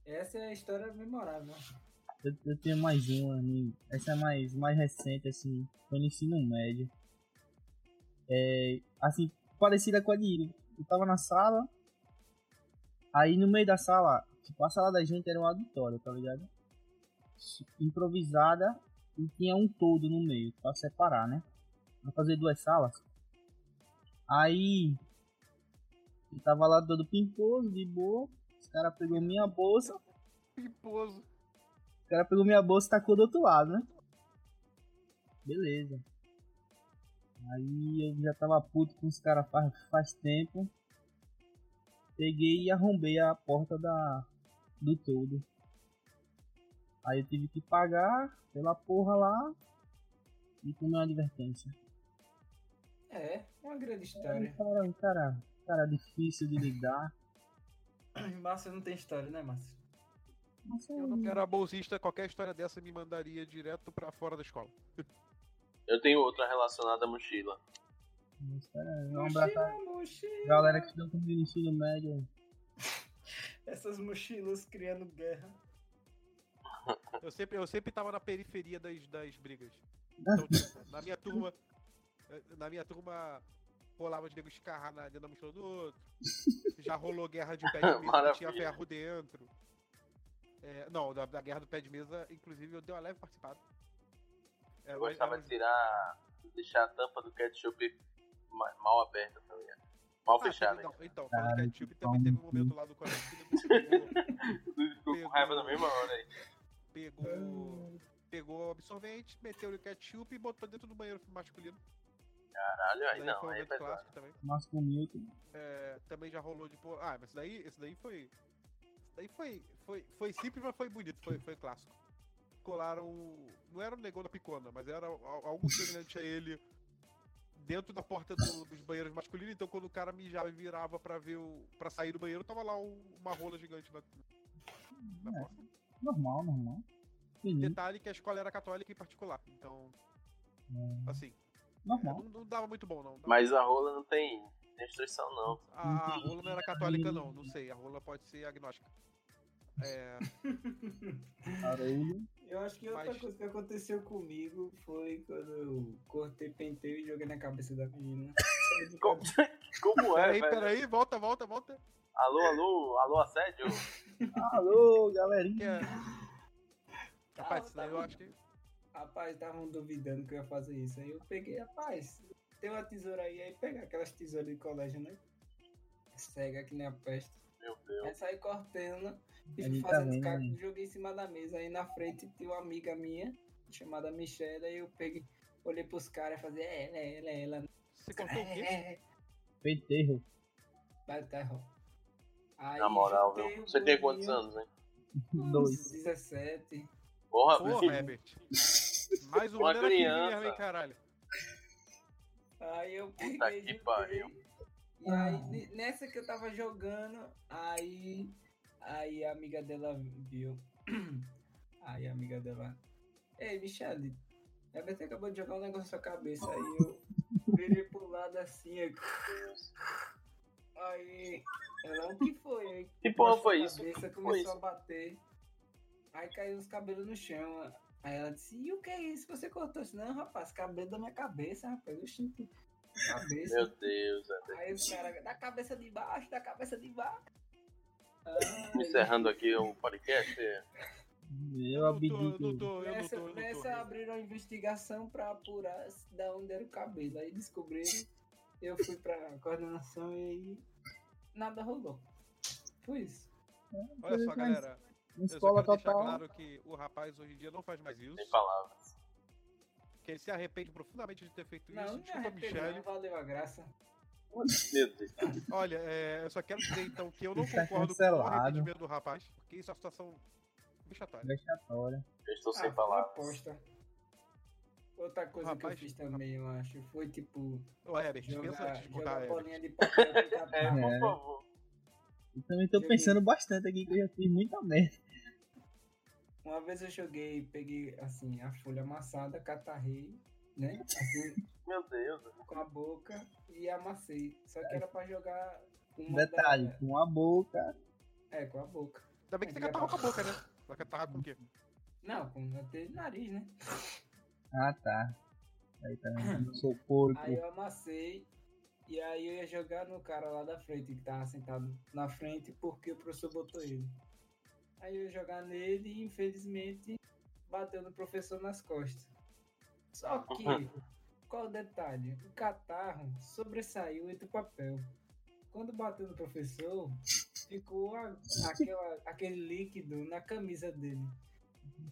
A: Essa é a história memorável.
D: Eu, eu tenho mais uma, né? essa é mais, mais recente, assim, foi no ensino médio. É, assim, parecida com a de. Eu tava na sala, aí no meio da sala, tipo, a sala da gente era um auditório, tá ligado? Improvisada e tinha um todo no meio, pra separar, né? Pra fazer duas salas. Aí. Eu tava lá todo pimposo, de boa. Os caras pegou minha bolsa.
E: Pimposo.
D: O cara pegou minha bolsa e tacou do outro lado, né? Beleza. Aí eu já tava puto com os caras faz, faz tempo. Peguei e arrombei a porta da do todo. Aí eu tive que pagar pela porra lá e comer uma advertência.
A: É, uma grande
D: Um
A: história.
D: cara, um cara, um cara difícil de lidar.
A: Márcio não tem história, né, Márcio?
D: Mas
E: Eu não era bolsista, qualquer história dessa me mandaria direto pra fora da escola.
B: Eu tenho outra relacionada à mochila.
D: os caras- Um
A: Mochila,
D: abraço a
A: mochila.
D: galera que estudou comigo no ensino médio.
A: Essas mochilas criando guerra.
E: Eu sempre, eu sempre tava na periferia das, das brigas. Então, tipo, na minha turma. eh, Na minha turma rolava de nego escarrar na dentro da mochila do outro. Já rolou guerra de pé de mesa que tinha
B: Maravilha.
E: ferro dentro. É, não, da, da guerra do pé de mesa, inclusive, eu dei uma leve participada. Era
B: Eu
E: mais-
B: gostava
E: era
B: de
E: um-
B: tirar, deixar a tampa do ketchup ma- mal aberta, tá ligado? Mal
E: Ah,
B: fechada.
E: Então, então
D: Cara,
E: falando que é tipo,
D: que
E: também teve um
D: pau no
E: momento lá do colégio que ele
B: Tudo ficou com raiva na mesma hora aí.
E: pegou, pegou,
A: Hum,
E: pegou absorvente, meteu no ketchup e botou dentro do banheiro masculino.
B: Caralho, aí
E: Daí
B: não,
E: foi um
B: aí é
E: momento
B: pesado.
E: clássico também.
D: Mas comigo.
E: É, também já rolou de pô. Ah, mas esse daí, esse daí foi. Esse daí foi, foi, foi simples, mas foi bonito, foi, foi clássico. Colaram. o- Não era o negão da picona, mas era al- algo semelhante a ele dentro da porta do- dos banheiros masculinos. Então quando o cara mijava e virava pra ver o. pra sair do banheiro, tava lá um- uma rola gigante na, na porta.
D: Normal, normal. Menino,
E: Detalhe que a escola era católica em particular. Então. Assim, não,
D: normal.
E: não dava muito bom, não.
B: Mas a rola não tem, tem restrição, não.
E: A, a rola não era católica, não. Não sei. A rola pode ser agnóstica. É,
D: Haroldo.
A: Eu acho que outra
E: Mas-
A: coisa que aconteceu comigo foi quando eu cortei, pentei e joguei na cabeça da menina.
B: Como, como é,
E: peraí,
B: velho?
E: peraí, volta, volta, volta.
B: Alô, alô, alô, assédio?
D: Alô, galerinha.
E: Que é... Rapaz,
A: tá
E: isso daí eu
A: bom.
E: acho que.
A: Rapaz, estavam duvidando que eu ia fazer isso. Aí eu peguei, rapaz, tem uma tesoura aí, aí pega aquelas tesouras de colégio, né? Cega que nem a peste.
B: Meu Deus.
A: Aí saí cortando, e fui
D: Ele tá
A: fazendo
D: bem,
A: caco,
D: né?
A: joguei em cima da mesa. Aí na frente tinha uma amiga minha, chamada Michelle, aí eu peguei, olhei pros caras e fazia, é ela, é ela, é ela.
E: Você cortou o
A: É,
E: quê?
A: é, é.
D: Peterro.
A: Vai, tá errado. Aí
B: Na moral,
A: juntei
B: viu?
A: o
B: Você tem quantos
A: bolinho,
B: anos, hein?
D: Dois.
A: uns 17.
B: Porra,
E: Porra, Herbert. Mais um
B: Uma
E: ano era que
B: criança.
E: Guilherme, hein, caralho.
A: Aí eu peguei.
B: que
A: juntei.
B: pariu.
A: E aí, ne- nessa que eu tava jogando, aí. Aí a amiga dela viu. Aí a amiga dela. Ei, Michele, a Betty acabou de jogar um negócio na sua cabeça. Aí eu virei pro lado assim. aí- Aí. Ela, o que foi? Aí
B: Que porra
A: baixou
B: foi
A: a
B: isso?
A: Cabeça,
B: foi
A: começou
B: isso?
A: a bater. Aí caiu os cabelos no chão. Aí ela disse, e o que é isso? Você cortou? Eu disse, não, rapaz, cabelo da minha cabeça, rapaz. Eu sinto cabeça.
B: Meu Deus, é.
A: Aí os caras, da cabeça de baixo, da cabeça de baixo. Ai,
B: encerrando aqui o podcast. é,
D: Eu
E: Eu não tô, eu
D: abdico.
E: não tô, eu não
A: nessa,
E: tô. eu não
A: nessa
E: tô.
A: abriram é a investigação pra apurar se- da onde era o cabelo. Aí descobriram, eu fui pra coordenação e aí nada rolou. Foi isso.
E: Olha só, galera. Eu só
D: Escola
E: quero deixar
D: total.
E: claro que o rapaz hoje em dia não faz mais isso.
B: Sem palavras.
E: Que ele se arrepende profundamente de ter feito
A: Não,
E: isso. tipo
A: não me
E: Desculpa,
A: arrependo, não
E: Michele.
A: valeu a graça.
B: Meu Deus.
E: Olha, é, eu só quero dizer então que eu não
D: Está
E: concordo com o
D: tá cancelado.
E: arrependimento do rapaz, porque isso é uma situação bichatária.
D: Vexatória.
B: Eu estou
A: Ah, foi
B: sem palavras.
A: aposta. Outra coisa que eu
E: Rapaz,
A: fiz também, eu acho, foi tipo
E: Ô, Herbert, pensa
A: jogar,
E: antes de contar,
A: jogar
E: Herbert.
A: bolinha de papel com
B: É,
A: catar.
B: por favor.
D: Eu também tô
A: Joguei.
D: pensando bastante aqui que eu já fiz muita merda.
A: Uma vez eu joguei, peguei assim, a folha amassada, catarrei, né? Assim,
B: Meu Deus.
A: com a boca e amassei. Só que era pra jogar uma
D: Detalhe,
A: da-
D: com a boca.
A: É, com a boca.
E: Ainda bem que você catarra com a boca, né? Vai catarrar com o quê?
A: Não, com até nariz, né?
D: Ah, tá. Aí tá vendo? Eu sou porco.
A: Aí eu amassei e aí eu ia jogar no cara lá da frente, que tava sentado na frente, porque o professor botou ele. Aí eu ia jogar nele e infelizmente bateu no professor nas costas. Só que, qual o detalhe? O catarro sobressaiu entre o papel. Quando bateu no professor, ficou a- aquela- aquele líquido na camisa dele.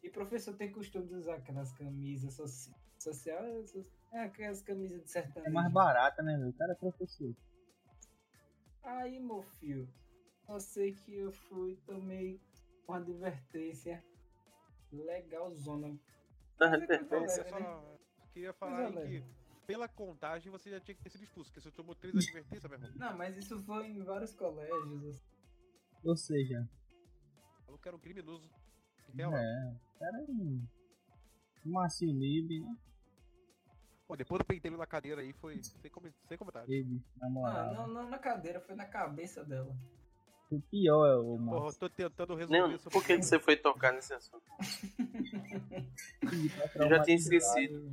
A: E o professor tem costume de usar aquelas camisas soci, social, so- é, aquelas camisas de
D: É mais
A: sertanejo.
D: barata, né, meu? O cara é professor.
A: Aí, meu filho, só sei que eu fui, tomei uma advertência legalzona. né?
E: Olha,
A: Beleza,
E: eu só queria falar
A: Coisa
E: em
A: leve.
E: que, pela contagem, você já tinha que ter sido expulso, porque você tomou três advertências, meu irmão.
A: Não, mas isso foi em vários colégios. assim.
D: Ou seja,
E: Falou que era um criminoso.
D: é,
E: Real.
D: o cara é um macio livre, né?
E: Pô, depois do pentelho na cadeira aí, foi sem, com... sem comentário.
D: Ele, na
A: Ah,
D: moral.
A: não, não na cadeira, foi na cabeça dela.
D: O pior é o
E: Porra, eu
D: Márcio.
E: tô tentando resolver
B: Não,
E: esse
B: por que que
E: problema.
B: você foi tocar nesse assunto? Eu já
D: Ele tá
B: tinha
D: traumatizado.
B: esquecido.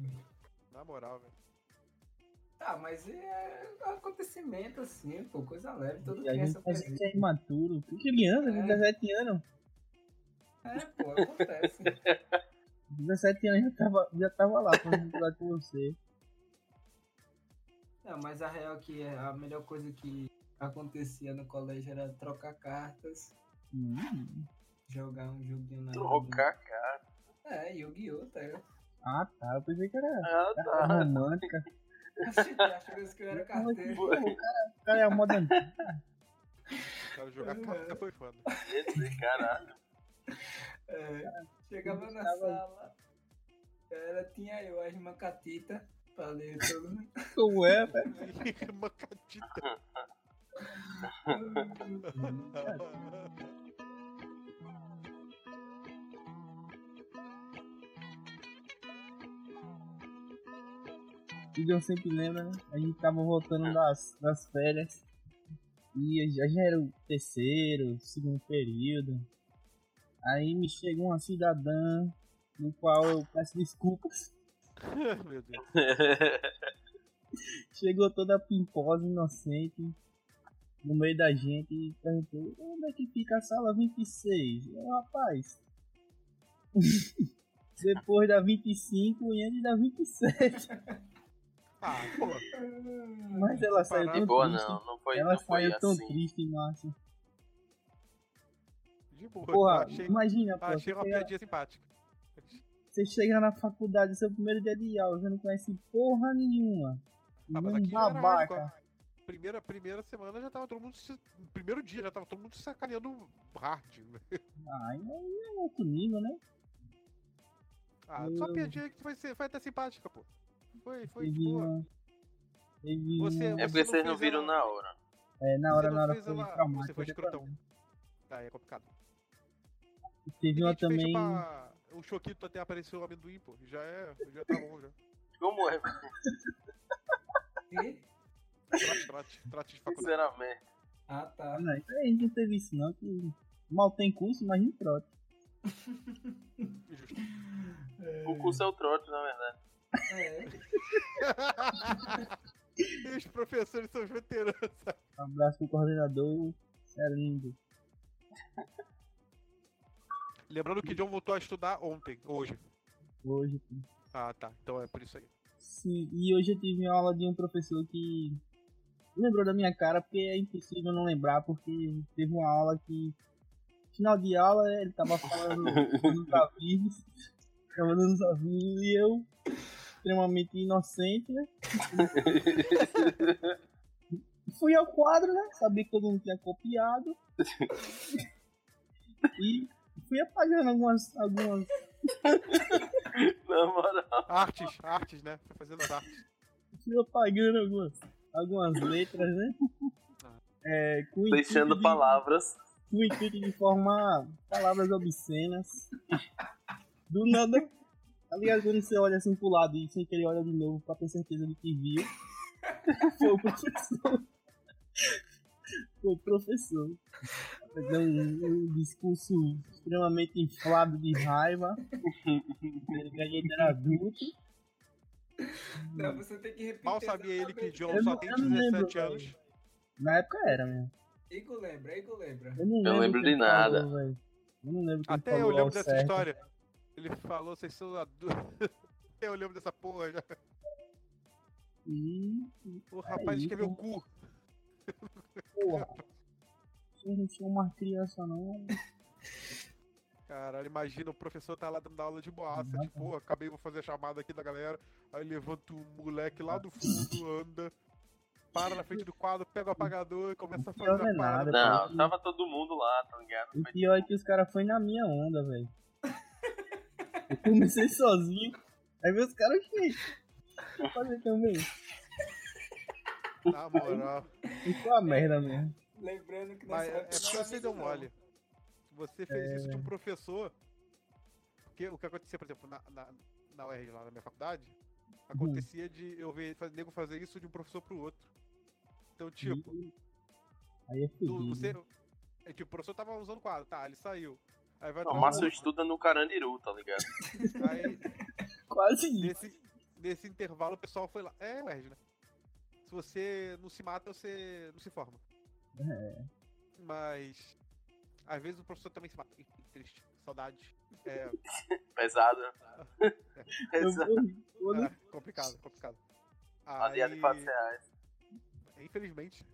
E: Na moral, velho.
A: Tá, mas é acontecimento assim, pô, coisa leve, toda
D: E a gente
A: criança
D: a
A: faz
D: gente
A: isso.
D: é imaturo. O que ele anda?
A: É.
D: 17 anos.
A: É, pô, acontece.
D: 17 anos já tava, já tava lá falando falar com você.
A: Não, mas a real é que a melhor coisa que acontecia no colégio era trocar cartas,
D: Hum.
A: jogar um joguinho na.
B: Trocar, cara.
A: É, Yu-Gi-Oh! Tá? ligado?
D: Ah, tá. Eu pensei que era
B: Ah,
D: carta
B: tá.
D: romântica.
A: Achei que eu era
D: Eu falei,
A: carteiro.
D: pô, O cara, o cara é a moda antiga.
E: O cara jogar
A: É.
E: carta foi foda.
B: Esse caralho.
A: É, chegava na
D: Tava-
A: sala, era, tinha eu as macatitas pra ler todo mundo.
D: Como é, velho?
E: Macatita.
D: E eu sempre lembra, né? A gente tava voltando das, das férias. E já, já era o terceiro, segundo período. Aí me chega uma cidadã, no qual eu peço desculpas.
E: Meu Deus.
D: Chegou toda pimposa, inocente, no meio da gente e perguntou: onde é que fica a sala 26? Eu, rapaz. Depois da 25 e antes da 27.
E: Ah, pô.
D: Mas ela saiu
E: Tá
B: De
D: tão
B: boa,
D: triste.
B: não. Não foi,
D: Ela
B: não foi
D: saiu tão
B: assim.
D: triste, Márcio.
E: De boa.
D: Porra,
E: achei,
D: imagina, pô,
E: achei uma
D: você, chega,
E: piadinha simpática.
D: você chega na faculdade, seu primeiro dia de aula, você não conhece porra nenhuma.
E: Ah, mas
D: um
E: aqui já era
D: babaca.
E: hardcore. Primeira, primeira semana já tava todo mundo. se- Primeiro dia já tava todo mundo se sacaneando hard. né?
D: Ah, aí é outro nível, né?
E: Ah, só
D: Hum.
E: piadinha que vai, ser, vai até simpática, pô. Foi, foi de
D: Teve
E: boa.
D: uma- teve
E: Você-
D: uma-
B: É porque
E: Você não
B: vocês não
E: fez
B: viram
E: ela-
B: na hora.
D: é, na
E: você
D: hora,
E: não
D: na hora
E: fez
D: foi
E: ela-
D: traumático.
E: você foi
D: depois-
E: escrotão. Aí é complicado.
D: Teve uma
E: Ninguém te fez
D: também.
E: chupar O Choquito até apareceu o amendoim, pô. Já é. Já tá bom, já.
B: Como é?
A: E-
E: Trote, trote, trote de faculdade.
B: Sinceramente.
A: Ah, tá.
D: Não, isso aí não teve isso não, que mal tem curso, mas em trote.
E: Justo.
B: O curso é o trote, na verdade.
A: É,
E: E os professores são os veteranos.
D: Um abraço pro coordenador. Você é lindo.
E: Lembrando que John voltou a estudar ontem, hoje.
D: Hoje.
E: Ah, tá. Então é por isso aí.
D: Sim, e hoje eu tive aula de um professor que lembrou da minha cara, porque é impossível não lembrar, porque teve uma aula que. Final de aula, ele tava falando dos avisos, tava dando os avisos, e eu, extremamente inocente, né? Fui ao quadro, né? Sabia que todo mundo tinha copiado. e fui apagando algumas, algumas
B: Na moral.
E: Artes, artes, né? Foi fazendo as artes.
D: fui apagando algumas, algumas letras, né? É, com o intuito
B: Deixando
D: de-
B: palavras.
D: com o intuito de formar palavras obscenas. Do nada. Aliás, quando você olha assim pro lado e sem que ele olha de novo pra ter certeza de que viu, foi o professor. Foi o professor. Fazer um, um discurso extremamente inflado de raiva. Ele ganhei era adulto. Hum.
A: não, então você tem que repetir.
E: Mal sabia ele que
A: exatamente.
E: John
D: Eu
E: só
D: não-
E: tem
D: eu não lembro,
E: 17
D: velho.
E: anos.
D: Na época era, mesmo.
A: Igor lembra, Igor lembra.
D: Eu não lembro.
B: Eu lembro
D: quem
B: de nada.
D: falou, velho. eu não lembro. quem
E: Até eu
D: falou ao
E: lembro dessa
D: certo.
E: história. Ele falou, vocês são adultos. Até eu lembro dessa porra já.
D: E
E: O rapaz
D: É isso.
E: escreveu cu.
D: Porra. Eu não sou uma criança, não.
E: Caralho, imagina o professor tá lá dando aula de boaça, tipo, pô, acabei, vou fazer a chamada aqui da galera. Aí levanta o moleque lá do fundo, anda, para na frente do quadro, pega o apagador e começa a
D: Não
E: fazer
D: é
E: a parada.
D: nada.
B: Não, tava todo mundo lá, tá ligado?
D: O pior é que os caras foi na minha onda, velho. Eu comecei sozinho. Aí veio os caras que. é Vou fazer também.
E: Na moral.
D: Ficou a merda mesmo.
A: Lembrando que
E: Mas
A: nessa
E: é, é
A: época
E: porque
A: não
E: você deu
A: não.
E: mole. Você fez isso de um professor. Porque o que acontecia, por exemplo, na, na, na UERJ lá na minha faculdade, acontecia de eu ver fa- nego fazer isso de um professor pro outro. Então, tipo,
D: Aí é
E: tu,
D: fudido.
E: você. É, tipo, o professor tava usando o quadro, tá, ele saiu. Aí vai
B: Não,
E: entrar
B: tipo, Márcio
E: outro,
B: estuda no Carandiru, tá ligado?
E: Aí,
D: Quase isso.
E: nesse, nesse intervalo, o pessoal foi lá. É, UERJ, né? Se você não se mata, você não se forma. É. Mas. Às vezes o professor também se mata. Ih, Triste. Saudade. É,
B: Pesado.
D: Eu
B: Pesado.
D: morri. Eu não-
E: é, complicado, complicado.
B: Baseado
E: Aí,
B: em fatos reais.
E: infelizmente.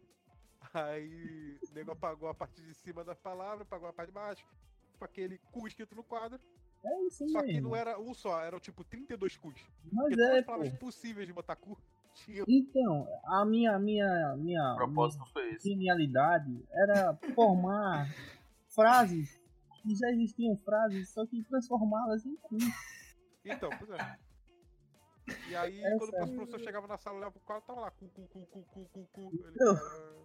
E: Aí o nego apagou a parte de cima da palavra, apagou a parte de baixo. Com aquele cu escrito no quadro.
D: É isso
E: Só que não
D: mesmo.
E: era um só, eram tipo 32 cus. Porque
D: Mas
E: todas
D: é,
E: as
D: pô.
E: palavras possíveis de botar cu tinha.
D: Então, a minha. minha, minha
B: O propósito foi esse.
D: genialidade era formar frases que já existiam frases, só que transformá-las em cu.
E: Então, pois é. E aí,
D: Essa- é
E: quando o professor chegava na sala, olhava pro quadro, tava lá, cu, cu, cu, cu, cu, cu, cu. Ele,
D: Não.
E: "Ah,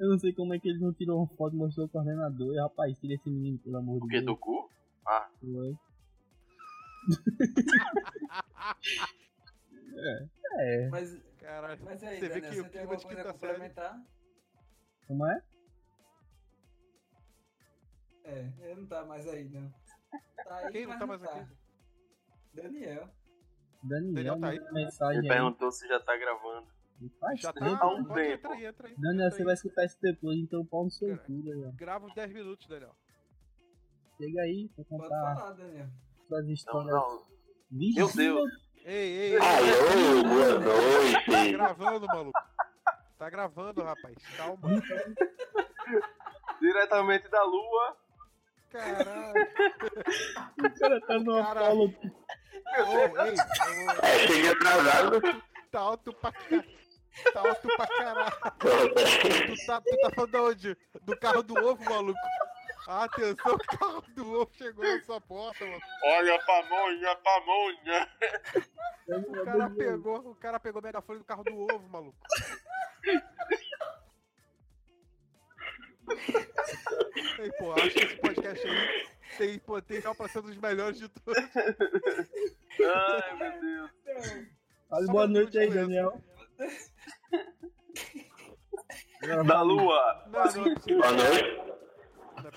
D: Eu não sei como é que ele não tirou uma foto e mostrou o coordenador. E, rapaz, tira esse menino, pelo amor
B: O
D: de
B: que?
D: Deus.
B: Do cu?
D: Foi. é, é.
A: Mas,
E: Caralho.
A: mas aí,
E: Você vê
A: Daniel,
E: que o
A: você tem
E: clima
A: alguma
E: de
A: coisa
E: quinta
A: a
E: série.
A: complementar?
D: Como é?
A: É, ele não tá mais aí, não. Tá aí,
E: Quem não
A: mas
E: tá mais aqui?
A: Daniel.
D: Daniel,
E: Daniel tá aí?
D: manda mensagem
B: Ele
D: aí.
B: perguntou se já tá gravando.
D: Faz
E: Já tá.
D: tempo.
B: há um
E: Pode
B: tempo.
E: entrar aí, entra aí.
D: Daniel,
E: entra
D: você
E: aí.
D: vai escutar isso depois, então pau no seu
E: Cara.
D: cu, Daniel.
E: Grava os 10 minutos, Daniel.
D: Chega aí pra
A: Pode
D: contar
A: falar, Daniel.
D: suas
B: Não,
D: histórias.
B: Então, não.
D: Vixe,
B: Meu Deus.
E: Ei, ei, ei.
C: Alô, boa
E: Tá
C: noite.
E: gravando, maluco. Tá gravando, rapaz. Calma.
B: Diretamente da lua.
E: Caralho.
D: O cara tá numa
E: Cara.
D: aula.
E: Ô, ei, ô,
C: É, cheguei atrasado.
E: tá alto pra caralho. Tá alto pra caralho. Tu tá, tu tá falando de onde? Do carro do ovo, maluco. Atenção, o carro do ovo chegou na sua porta, mano.
C: Olha a pamonha, a pamonha.
E: O cara pegou, o cara pegou o megafone do carro do ovo, maluco. Ei, pô, acho que esse podcast aí tem potencial pra ser um dos melhores de todos.
B: Ai, meu Deus.
D: Fala
E: Só
D: boa
E: pra
D: noite aí,
E: Deus,
D: Daniel.
B: Da lua.
E: Não, não é possível.
C: Boa noite.
E: Não é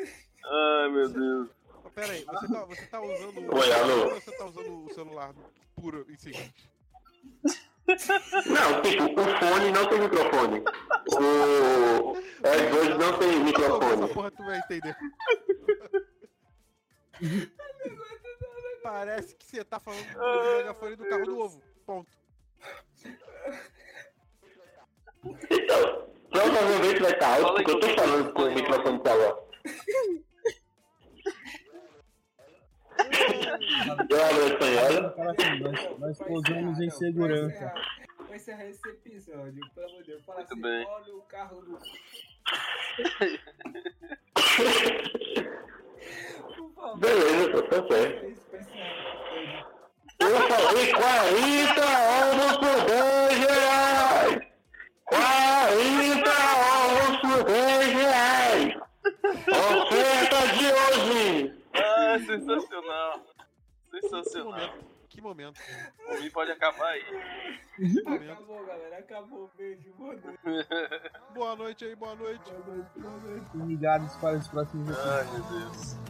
E: possível.
C: meu Deus.
E: Pera aí, você tá, você tá usando. o-
C: Oi, alô?
E: Você tá usando o celular puro em si. Então,
C: Não, tipo, o fone não tem microfone. O S2 não tem
E: Essa
C: microfone.
E: porra tu vai entender. Parece que você tá falando do megafone do carro do ovo. Ponto.
C: Então, provavelmente vai estar alto,
B: Fala aí
C: porque eu tô
B: que eu
C: falando
B: tô
C: com o
B: falando.
C: microfone do celular. Eu abro a espanhola.
D: Fala assim, nós, nós
A: Vai encerrar,
D: pousamos em
A: não,
D: segurança.
A: Vai encerrar, vai encerrar esse episódio, pelo amor de Deus. Fala
B: Muito
A: assim,
B: bem.
A: olha o carro do. Por favor.
C: Beleza, tá certo.
A: É especial.
C: Eu falei 40 ovos por 10 reais! 40 ovos por 10 reais! Oferta de hoje!
B: Ah, sensacional.
E: Que
B: Sensacional.
E: momento. Que momento.
B: O mim pode acabar aí.
A: Acabou, galera. Acabou. Beijo. Boa noite.
E: Boa noite aí, boa noite.
A: Boa noite. Boa noite. Ah,
D: Ligados para os próximos
B: Ai, meu Deus.